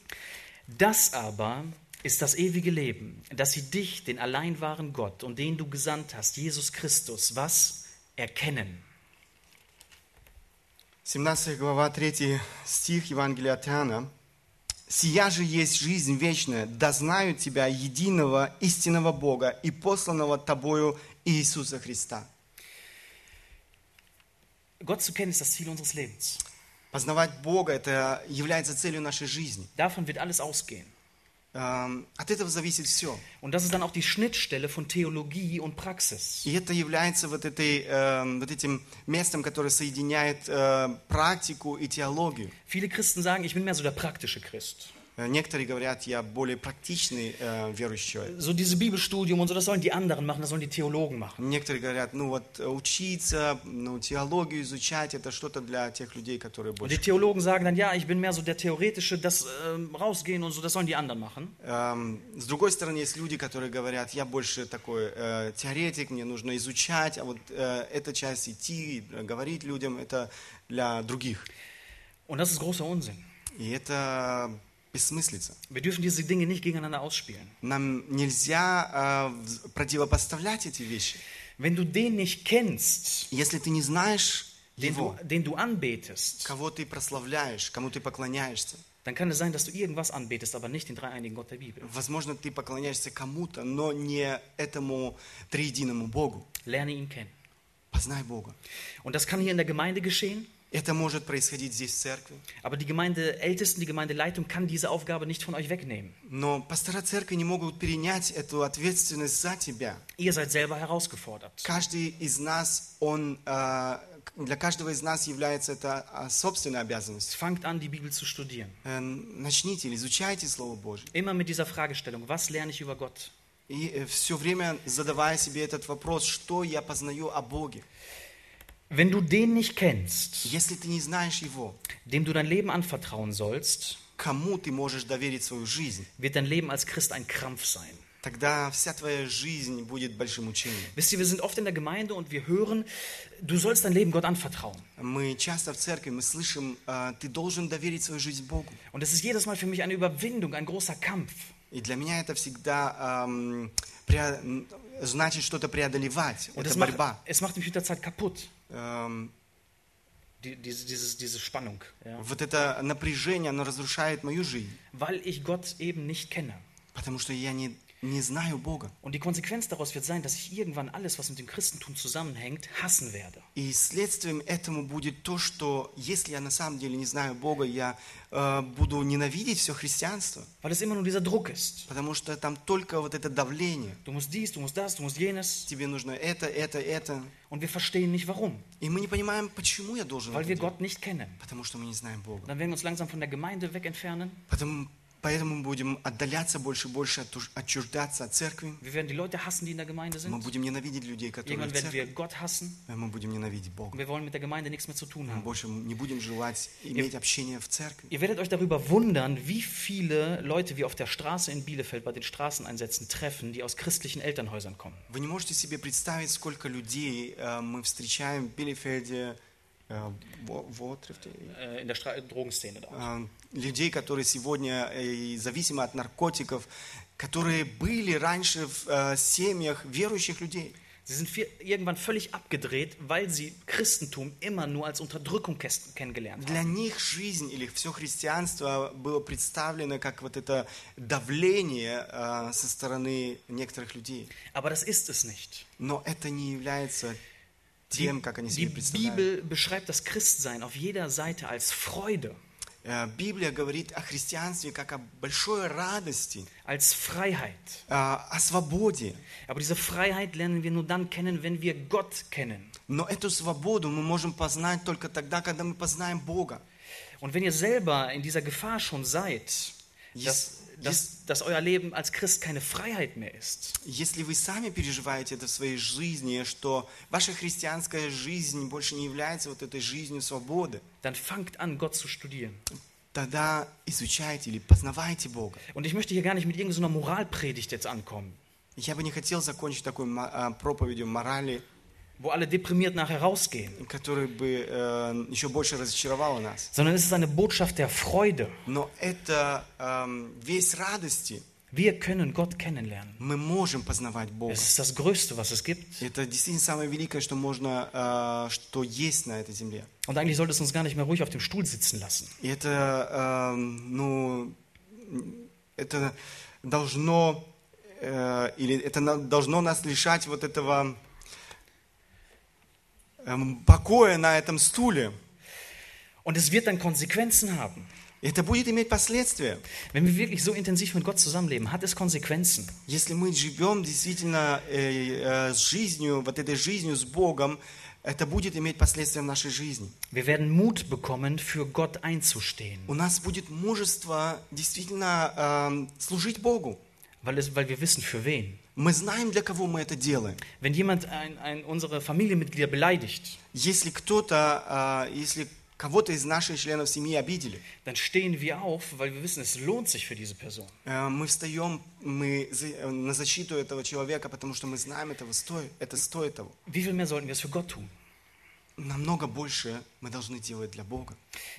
A: Das aber ist das ewige Leben, dass sie dich, den allein wahren Gott und den du gesandt hast, Jesus Christus, was erkennen.
B: 17 глава 3 стих Евангелия от Иоанна. «Сия же есть жизнь вечная, да знают тебя единого истинного Бога и посланного тобою Иисуса Христа».
A: Gott zu kennen ist das Ziel unseres Lebens.
B: Познавать Бога – это является целью нашей жизни.
A: Davon wird alles ausgehen.
B: Эм, От этого зависит все.
A: Und das ist dann auch die Schnittstelle von Theologie und Praxis.
B: И это является вот, этой, эм, вот этим местом, которое соединяет э, практику и теологию.
A: Viele Christen sagen, ich bin mehr so der praktische Christ.
B: Э, Некоторые говорят, я более практичный э, верующий человек.
A: So dieses Bibelstudium und so, das sollen die anderen machen, das sollen die Theologen machen.
B: Некоторые говорят, ну вот э, учиться, ну теологию изучать, это что-то для тех людей, которые
A: Und die
B: больше.
A: Theologen sagen dann, ja, ich bin mehr so der theoretische, das ähm, rausgehen und so, das sollen die anderen machen.
B: Эм, С другой стороны, есть люди, которые говорят, я больше такой э, теоретик, мне нужно изучать, а вот э, эта часть идти, э, говорить людям, это для других.
A: Und das ist großer Unsinn.
B: И это бессмыслица.
A: Wir dürfen diese Dinge nicht gegeneinander ausspielen.
B: Нам нельзя э, вз- противопоставлять эти вещи.
A: Wenn du den nicht kennst,
B: Если ты не знаешь
A: den du,
B: его,
A: den du anbetest,
B: кого ты прославляешь, кому ты поклоняешься,
A: dann kann es sein, dass du irgendwas anbetest, aber nicht den dreieinigen Gott der Bibel.
B: Возможно, ты поклоняешься кому-то, но не этому триединому Богу.
A: Lerne ihn kennen.
B: Познай Бога.
A: Und das kann hier in der Gemeinde geschehen,
B: Это может происходить здесь, в церкви.
A: aber die Gemeindeältesten, die Gemeindeleitung kann diese Aufgabe nicht von euch wegnehmen.
B: Но пастора церкви не могут перенять эту ответственность за тебя.
A: Ihr seid selber herausgefordert.
B: Каждый из нас, он, э, для каждого из нас является это а, собственной обязанностью.
A: Fangt an, die Bibel zu studieren.
B: Э, Начните или изучайте Слово Божье.
A: Immer mit dieser Fragestellung, was lerne ich über Gott?
B: И все время задавая себе этот вопрос, что я познаю о Боге.
A: Wenn du den nicht kennst,
B: Если ты не знаешь Его,
A: dem du dein Leben anvertrauen sollst,
B: кому ты можешь доверить свою жизнь?
A: wird dein Leben als Christ ein Krampf sein.
B: Тогда вся твоя жизнь будет большим учением.
A: Wisst ihr, wir sind oft in der Gemeinde und wir hören, du sollst dein Leben Gott anvertrauen.
B: Мы часто в церкви, мы слышим, э, ты должен доверить свою жизнь Богу.
A: Und das ist jedes Mal für mich eine Überwindung, ein großer Kampf.
B: И для меня это всегда эм, прео- м, значит что-то преодолевать.
A: Und
B: это
A: das macht,
B: борьба.
A: es macht mich mit der Zeit kaputt,
B: Эм,
A: die, diese, dieses, diese Spannung. Ja?
B: вот это напряжение, оно разрушает мою жизнь,
A: Weil ich Gott eben nicht kenne.
B: потому что я не, не знаю Бога.
A: Und die Konsequenz daraus wird sein, dass ich irgendwann alles, was mit dem Christentum zusammenhängt, hassen werde.
B: И следствием этому будет то, что если я на самом деле не знаю Бога, я э, буду ненавидеть все христианство,
A: Weil es immer nur dieser Druck ist.
B: потому что там только вот это давление.
A: Du musst dies, du musst das, du musst jenes.
B: Тебе нужно это, это, это.
A: Und wir verstehen nicht warum.
B: И мы не понимаем, почему я должен
A: Weil
B: это
A: wir
B: делать.
A: Gott nicht kennen.
B: Потому что мы не знаем Бога.
A: Dann werden wir uns langsam von der Gemeinde weg entfernen.
B: Потому, поэтому мы будем отдаляться больше и больше, отуж- отчуждаться от церкви.
A: Wir werden die Leute hassen, die in der Gemeinde
B: Мы
A: sind.
B: будем ненавидеть людей, которые
A: Irgendwann
B: в
A: werden
B: церкви.
A: wir Gott hassen.
B: Мы будем ненавидеть
A: Und
B: Бога.
A: wir wollen mit der Gemeinde nichts mehr zu tun
B: Мы
A: haben.
B: больше не будем желать иметь общение в церкви.
A: Ihr werdet euch darüber wundern, wie viele Leute wir auf der Straße in Bielefeld bei den Straßeneinsätzen treffen, die aus christlichen Elternhäusern kommen.
B: Вы не можете себе представить, сколько людей э, мы встречаем в Билефельде, э, во- в Отрефте,
A: Äh, in der Stra Drogenszene da.
B: э, людей, которые сегодня э, зависимы от наркотиков, которые были раньше в э, семьях верующих людей.
A: Sie sind vier, irgendwann völlig abgedreht, weil sie Christentum immer nur als Unterdrückung kes- kennengelernt haben.
B: Для них жизнь или все христианство было представлено как вот это давление э, со стороны некоторых людей.
A: Aber das ist es nicht.
B: Но это не является
A: Die,
B: тем, как они
A: die
B: себе представляют.
A: Bibel beschreibt das Christsein auf jeder Seite als Freude.
B: Э, Библия говорит о христианстве как о большой радости,
A: als Freiheit.
B: э, о свободе.
A: Aber diese Freiheit lernen wir nur dann kennen, wenn wir Gott kennen.
B: Но эту свободу мы можем познать только тогда, когда мы познаем Бога.
A: Und wenn ihr selber in dieser Gefahr schon seid, dass,
B: Yes,
A: dass, dass euer Leben als Christ keine Freiheit mehr ist,
B: Если вы сами переживаете это в своей жизни, что ваша христианская жизнь больше не является вот этой жизнью свободы,
A: dann fangt an, Gott zu studieren.
B: тогда изучайте или познавайте Бога.
A: Und ich möchte hier gar nicht mit irgendeiner Moralpredigt jetzt ankommen,
B: Я бы не хотел закончить такой мо- а, проповедью морали,
A: wo alle deprimiert nachher rausgehen,
B: которая бы э, еще больше разочаровала нас.
A: sondern es ist eine Botschaft der Freude.
B: Но это эм, весь радости.
A: Wir können Gott kennenlernen.
B: Мы можем познавать Бога.
A: Es ist das Größte, was es gibt.
B: Это действительно самое великое, что можно, э, что есть на этой земле.
A: Und eigentlich sollte es uns gar nicht mehr ruhig auf dem Stuhl sitzen lassen.
B: И это, эм, ну, м, это должно, э, или это на- должно нас лишать вот этого эм, покоя на этом стуле.
A: Und es wird dann Konsequenzen haben.
B: Это будет иметь последствия.
A: Wenn wir wirklich so intensiv mit Gott zusammenleben, hat es Konsequenzen.
B: Если мы живем действительно э, э, с жизнью, вот этой жизнью с Богом, это будет иметь последствия в нашей жизни.
A: Wir werden Mut bekommen, für Gott einzustehen,
B: У нас будет мужество действительно эм, служить Богу.
A: weil, es, weil wir wissen, für wen.
B: Мы знаем, для кого мы это делаем.
A: Wenn jemand ein, ein, unsere Familienmitglieder beleidigt,
B: Если кто-то, э, если кого-то из наших членов семьи обидели,
A: dann stehen wir auf, weil wir wissen, es lohnt sich für diese Person.
B: э, мы встаем мы за- э, на защиту этого человека, потому что мы знаем, этого стоит, это стоит того.
A: Wie viel mehr sollten wir es für Gott tun?
B: Намного больше мы должны делать для Бога.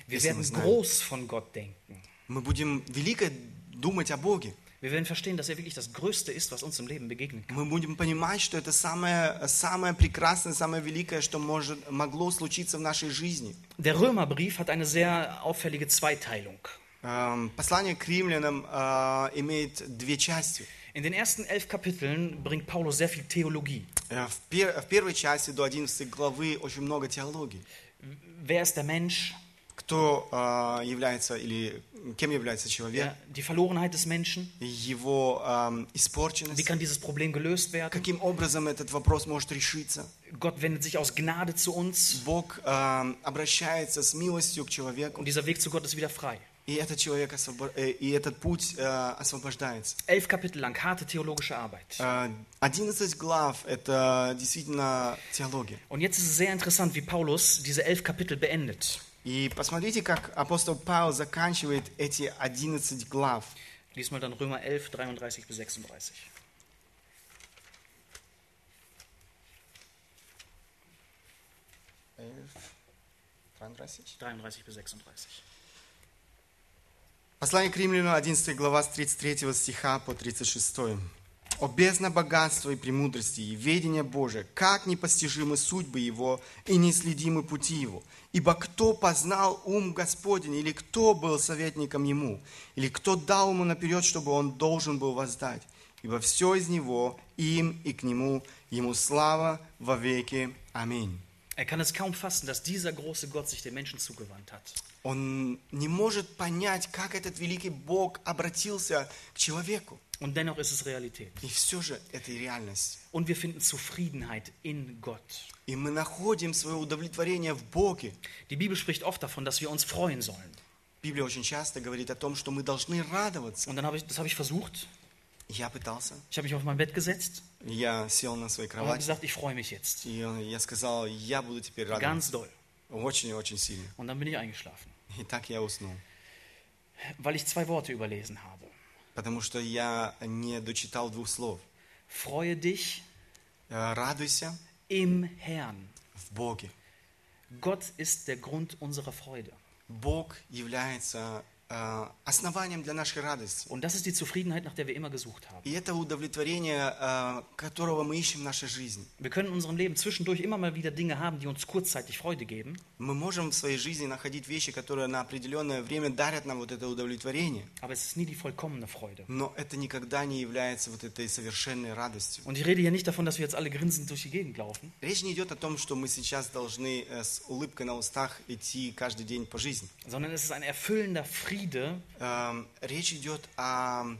A: Wir
B: если мы
A: werden
B: знаем.
A: groß von Gott denken.
B: Мы будем велико думать о Боге.
A: Wir werden verstehen, dass er wirklich das Größte ist, was uns im Leben begegnet.
B: Мы будем понимать, что это самое, самое прекрасное, самое великое, что может, могло случиться в нашей жизни.
A: Der Römerbrief hat eine sehr auffällige Zweiteilung.
B: Эм, Послание к римлянам э, имеет две части.
A: In den ersten elf Kapiteln bringt Paulus sehr viel Theologie.
B: Э, В, пер- в первой части до 11 главы очень много теологии.
A: Wer ist der Mensch?
B: Кто э, является или кем является человек,
A: Ja, die Verlorenheit des Menschen?
B: его эм,
A: Wie
B: испорченность,
A: kann dieses Problem gelöst werden?
B: каким образом этот вопрос может решиться.
A: Gott wendet sich aus Gnade zu uns
B: Бог эм, обращается с милостью к человеку,
A: und dieser Weg zu Gott ist wieder frei.
B: и этот человек освобо- э, и этот путь э, освобождается.
A: Elf Kapitel lang harte theologische Arbeit.
B: Э, 11 глав – это действительно теология.
A: Und jetzt ist es sehr interessant, wie Paulus diese elf Kapitel beendet.
B: И посмотрите, как апостол Павел заканчивает эти 11 глав.
A: Lies mal dann Römer 11, 33 bis 36.
B: Эльф,
A: 33 bis 36.
B: Послание к римлянам, 11 глава, с 33 стиха по 36. «О бездна богатства и премудрости, и ведения Божия, как непостижимы судьбы Его и неследимы пути Его! Ибо кто познал ум Господень, или кто был советником Ему, или кто дал Ему наперед, чтобы Он должен был воздать? Ибо все из Него, им и к Нему, Ему слава во веки. Аминь».
A: Er kann es kaum fassen, dass dieser große Gott sich den Menschen zugewandt hat.
B: Он не может понять, как этот великий Бог обратился к человеку.
A: Und dennoch ist es Realität.
B: И все же это и реальность.
A: Und wir finden Zufriedenheit in Gott.
B: И мы находим свое удовлетворение в Боге.
A: Die Bibel spricht oft davon, dass wir uns freuen sollen.
B: Библия очень часто говорит о том, что мы должны радоваться.
A: Und dann habe ich, das habe ich versucht.
B: Я пытался.
A: Ich habe mich auf mein Bett gesetzt
B: Я сел на своей
A: und habe
B: кровати,
A: gesagt, ich freue mich jetzt.
B: и я сказал, я буду теперь радоваться.
A: Ganz doll.
B: Очень-очень сильно.
A: Und dann bin ich eingeschlafen,
B: И так я уснул.
A: weil ich zwei Worte überlesen habe.
B: Потому что я не дочитал двух слов.
A: Freue dich
B: Э, Радуйся
A: im Herrn.
B: в Боге.
A: Gott ist der Grund unserer Freude.
B: Бог является э, э, основанием для нашей радости.
A: Und das ist die Zufriedenheit, nach der wir immer gesucht haben.
B: И это удовлетворение, э, которого мы ищем в нашей жизни.
A: Wir können in unserem Leben zwischendurch immer mal wieder Dinge haben, die uns kurzzeitig Freude geben.
B: Мы можем в своей жизни находить вещи, которые на определенное время дарят нам вот это удовлетворение,
A: Aber es ist nie die vollkommene Freude.
B: но это никогда не является вот этой совершенной радостью.
A: Und ich rede hier nicht davon, dass wir jetzt alle grinsend durch die Gegend laufen,
B: Речь не идет о том, что мы сейчас должны э, с улыбкой на устах идти каждый день по жизни.
A: sondern es ist ein erfüllender Friede,
B: Эм, Речь идет о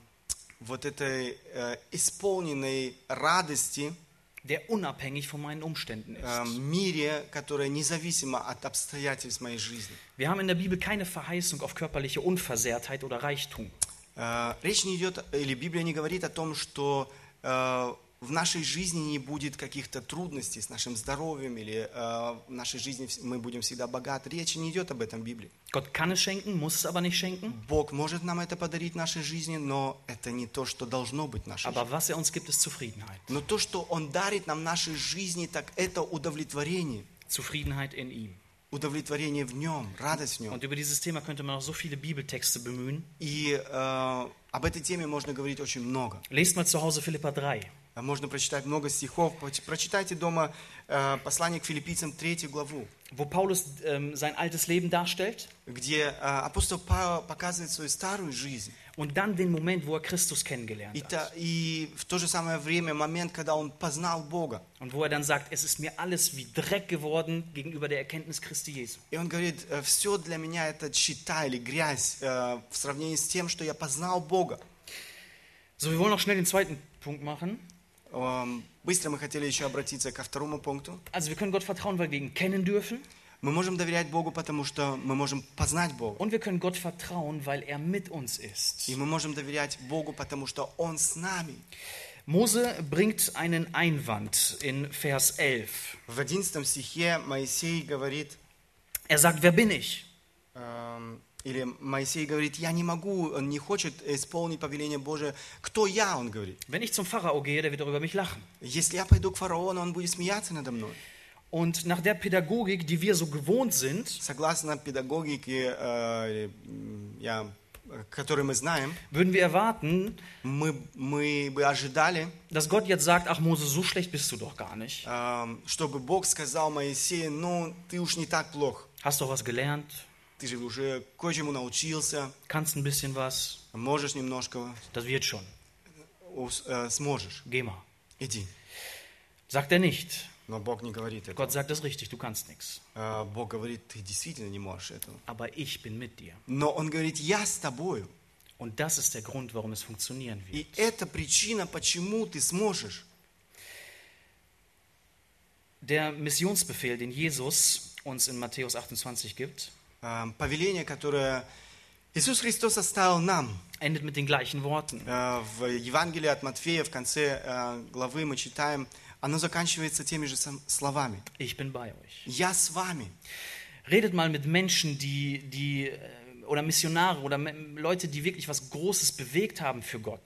B: вот этой э, исполненной радости,
A: der unabhängig von meinen Umständen ist.
B: э, мире, которая независима от обстоятельств моей жизни.
A: Wir haben in der Bibel keine Verheißung auf körperliche Unversehrtheit oder Reichtum.
B: Э, Речь не идет, или Библия не говорит о том, что э, в нашей жизни не будет каких-то трудностей с нашим здоровьем, или э, в нашей жизни вс- мы будем всегда богаты. Речь не идет об этом в Библии.
A: Gott kann es schenken, muss es aber nicht schenken.
B: Бог может нам это подарить в нашей жизни, но это не то, что должно быть в нашей жизни.
A: Aber was er uns gibt, ist Zufriedenheit.
B: Но то, что Он дарит нам в нашей жизни, так это удовлетворение.
A: Zufriedenheit in ihm.
B: Удовлетворение в Нем, радость в Нем.
A: Und über dieses Thema könnte man noch so viele Bibeltexte bemühen.
B: И э, об этой теме можно говорить очень много.
A: Lest mal zu Hause Philippa 3.
B: Можно прочитать много стихов. Поч- Прочитайте дома э, послание к филиппийцам 3 главу,
A: wo Paulus ähm, sein altes Leben darstellt
B: где э, апостол Павел показывает свою старую жизнь.
A: und dann den Moment, wo er Christus
B: И,
A: kennengelernt hat.
B: та- и в то же самое время момент, когда он познал Бога.
A: Und wo er dann sagt, es ist mir alles wie Dreck geworden gegenüber der Erkenntnis Christi Jesu.
B: И он говорит, все для меня это щита или грязь э, в сравнении с тем, что я познал Бога.
A: So, wir wollen noch schnell den zweiten Punkt machen.
B: Эм, быстро мы хотели еще обратиться ко второму пункту.
A: Also wir können Gott vertrauen, weil wir ihn kennen dürfen.
B: Мы можем доверять Богу, потому что мы можем познать Бога.
A: Und wir können Gott vertrauen, weil er mit uns
B: И
A: ist.
B: мы можем доверять Богу, потому что Он с nami.
A: Mose bringt einen Einwand in Vers 11.
B: В 11 стихе Моисей говорит,
A: Er sagt, wer bin ich?
B: эм, или Моисей говорит, я не могу, он не хочет исполнить повеление Божие. Кто я, он говорит.
A: Wenn ich zum Pharao gehe, der wird darüber mich lachen.
B: Если я пойду к фараону, он будет смеяться надо мной.
A: Und nach der Pädagogik, die wir so gewohnt sind,
B: Согласно педагогике, э, или, м, я, э, которую мы знаем,
A: würden wir erwarten,
B: мы, мы бы ожидали,
A: dass Gott jetzt sagt, ach Mose, so schlecht bist du doch gar nicht.
B: эм, чтобы Бог сказал Моисею, ну, ты уж не так плох,
A: Hast doch was gelernt,
B: ты же уже кое-чему научился,
A: kannst ein bisschen was,
B: можешь немножко,
A: das wird schon.
B: ус- э, сможешь,
A: Geh mal.
B: иди.
A: Sagt er nicht.
B: Но Бог не говорит этого.
A: Gott sagt das richtig, du kannst nichts.
B: Э, Бог говорит, ты действительно не можешь этого.
A: Aber ich bin mit dir.
B: Но Он говорит, я с тобою.
A: Und das ist der Grund, warum es funktionieren
B: И
A: wird.
B: это причина, почему ты сможешь.
A: Der Missionsbefehl, den Jesus uns in Matthäus 28 gibt,
B: Эм, Повеление, которое Иисус Христос оставил нам.
A: endet mit den gleichen Worten.
B: Э, В Евангелии от Матфея в конце э, главы мы читаем, оно заканчивается теми же сам- словами.
A: Ich bin bei euch.
B: Я с вами.
A: Redet mal mit Menschen, die, die äh, oder Missionare oder Me- Leute, die wirklich was Großes bewegt haben für Gott.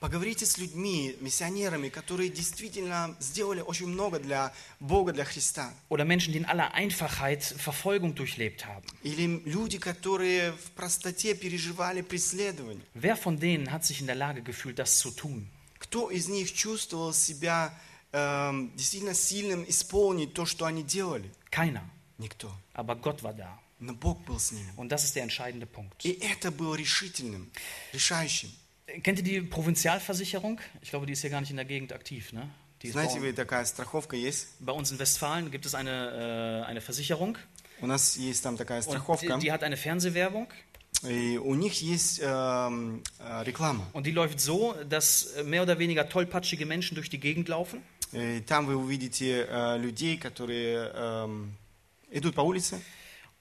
B: Поговорите с людьми, миссионерами, которые действительно сделали очень много для Бога, для Христа.
A: oder Menschen, die in aller Einfachheit Verfolgung durchlebt haben.
B: Или люди, которые в простоте переживали преследование.
A: Wer von denen hat sich in der Lage gefühlt, das zu tun?
B: Кто из них чувствовал себя эм, действительно сильным исполнить то, что они делали?
A: Keiner.
B: Никто.
A: Aber Gott war da.
B: Но Бог был с ними.
A: Und das ist der entscheidende Punkt.
B: И это было решительным, решающим.
A: Kennt ihr die Provinzialversicherung? Ich glaube, die ist hier gar nicht in der Gegend aktiv. Ne? Die ist
B: Знаете,
A: bei,
B: вы такая страховка есть?
A: bei uns in Westfalen gibt es eine, äh, eine Versicherung.
B: У нас есть там такая
A: Und
B: страховка,
A: die, die hat eine Fernsehwerbung.
B: и у них есть эм, э, реклама.
A: Und die läuft so, dass äh, mehr oder weniger tollpatschige Menschen durch die Gegend laufen.
B: И там вы увидите э, людей, которые эм, идут по улице,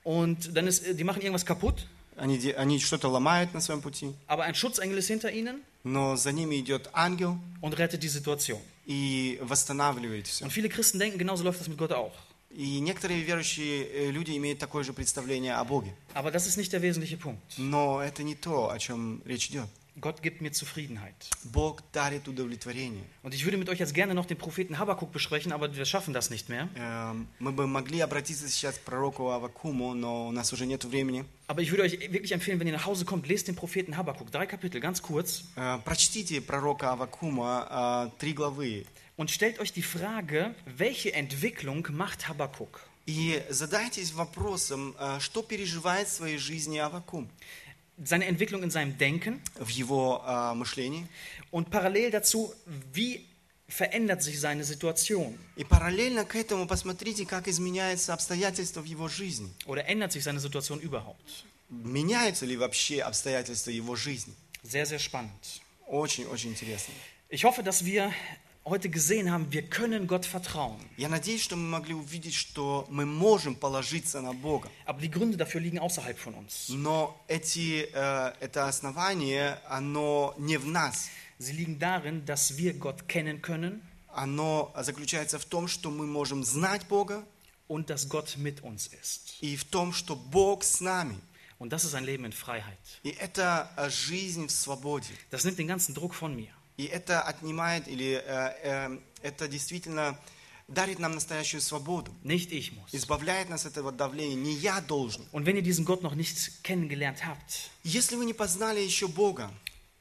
A: Und dann ist, die machen irgendwas kaputt.
B: они, де- они что-то ломают на своем пути,
A: Aber ein Schutzengel ist hinter ihnen
B: но за ними идет ангел
A: und rettet die Situation.
B: и восстанавливает все.
A: Und viele Christen denken, genauso läuft das mit Gott auch.
B: И некоторые верующие э, люди имеют такое же представление о Боге.
A: Aber das ist nicht der wesentliche Punkt.
B: Но это не то, о чем речь идет.
A: Gott gibt mir Zufriedenheit.
B: Бог дарит удовлетворение.
A: Und ich würde mit euch jetzt gerne noch den Propheten Habakkuk besprechen, aber wir schaffen das nicht mehr.
B: Эм, Мы бы могли обратиться сейчас к пророку Авакуму, но у нас уже нет времени.
A: Aber ich würde euch wirklich empfehlen, wenn ihr nach Hause kommt, lest den Propheten Habakkuk, drei Kapitel, ganz kurz,
B: Э, Прочтите пророка Авакума э, три главы
A: und stellt euch die Frage, welche Entwicklung macht Habakkuk?
B: и задайтесь вопросом, э, что переживает в своей жизни Авакум
A: Seine Entwicklung in seinem Denken
B: в его э, мышлении.
A: und parallel dazu, wie verändert sich seine Situation
B: И параллельно к этому посмотрите, как изменяются обстоятельства в его жизни.
A: oder ändert sich seine Situation überhaupt?
B: Меняются ли вообще обстоятельства его жизни?
A: Sehr, sehr spannend.
B: Очень-очень интересно.
A: Ich hoffe, dass wir heute gesehen haben, wir können Gott vertrauen.
B: Я надеюсь, что мы могли увидеть, что мы можем положиться на Бога.
A: Aber die Gründe dafür liegen außerhalb von uns.
B: Но эти, э, это основание, оно не в нас.
A: Sie liegen darin, dass wir Gott kennen können
B: Оно заключается в том, что мы можем знать Бога
A: und dass Gott mit uns ist.
B: и в том, что Бог с нами.
A: Und das ist ein Leben in Freiheit.
B: И это э, жизнь в свободе.
A: Das nimmt den ganzen Druck von mir.
B: И это отнимает или э, э, это действительно дарит нам настоящую свободу.
A: Nicht ich muss.
B: Избавляет нас от этого давления. Не я должен.
A: Und wenn ihr diesen Gott noch nicht kennengelernt habt,
B: Если вы не познали еще Бога,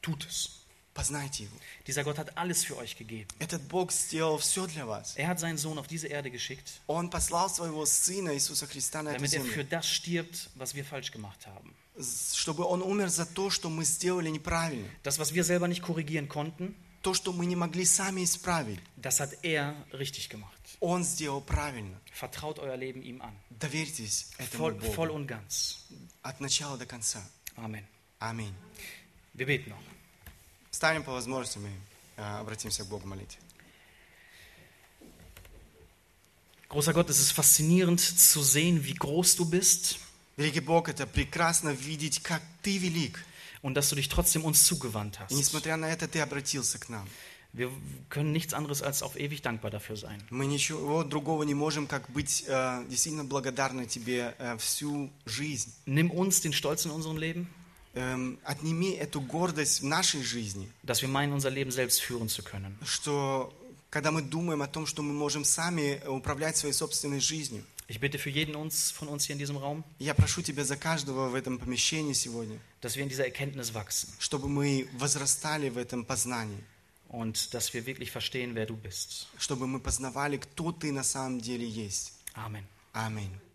A: tut es.
B: познайте Его.
A: Dieser Gott hat alles für euch gegeben.
B: Этот Бог сделал все для вас.
A: Er hat seinen Sohn auf diese Erde geschickt,
B: Он послал своего Сына Иисуса Христа на эту
A: damit er für
B: землю,
A: das stirbt, was wir falsch gemacht haben.
B: с- чтобы Он умер за то, что мы сделали неправильно,
A: Das, was wir selber nicht korrigieren konnten,
B: то, что мы не могли сами исправить.
A: das hat er richtig gemacht.
B: Он сделал правильно.
A: Vertraut euer Leben ihm an.
B: Доверьтесь этому
A: Voll, voll
B: Богу
A: und ganz.
B: от начала до конца.
A: Amen.
B: Аминь.
A: Wir beten noch.
B: Станем по возможности, мы э, обратимся к Богу в молитве.
A: Großer Gott, es ist faszinierend zu sehen, wie groß du bist
B: Великий Бог, это прекрасно видеть, как Ты велик.
A: und dass du dich trotzdem uns zugewandt
B: И
A: hast.
B: несмотря на это, Ты обратился к нам.
A: Wir können nichts anderes als auf ewig dankbar dafür sein.
B: Мы ничего другого не можем, как быть э, действительно благодарны Тебе э, всю жизнь.
A: Nimm uns den Stolz in unserem Leben,
B: Эм, отними эту гордость в нашей жизни,
A: dass wir meinen, unser Leben selbst führen zu können.
B: что когда мы думаем о том, что мы можем сами управлять своей собственной жизнью.
A: Ich bitte für jeden uns, von uns hier in diesem Raum,
B: Я прошу Тебя за каждого в этом помещении сегодня,
A: dass wir in dieser Erkenntnis wachsen
B: чтобы мы возрастали в этом познании,
A: und dass wir wirklich verstehen, wer du bist.
B: чтобы мы познавали, кто Ты на самом деле есть.
A: Amen.
B: Аминь.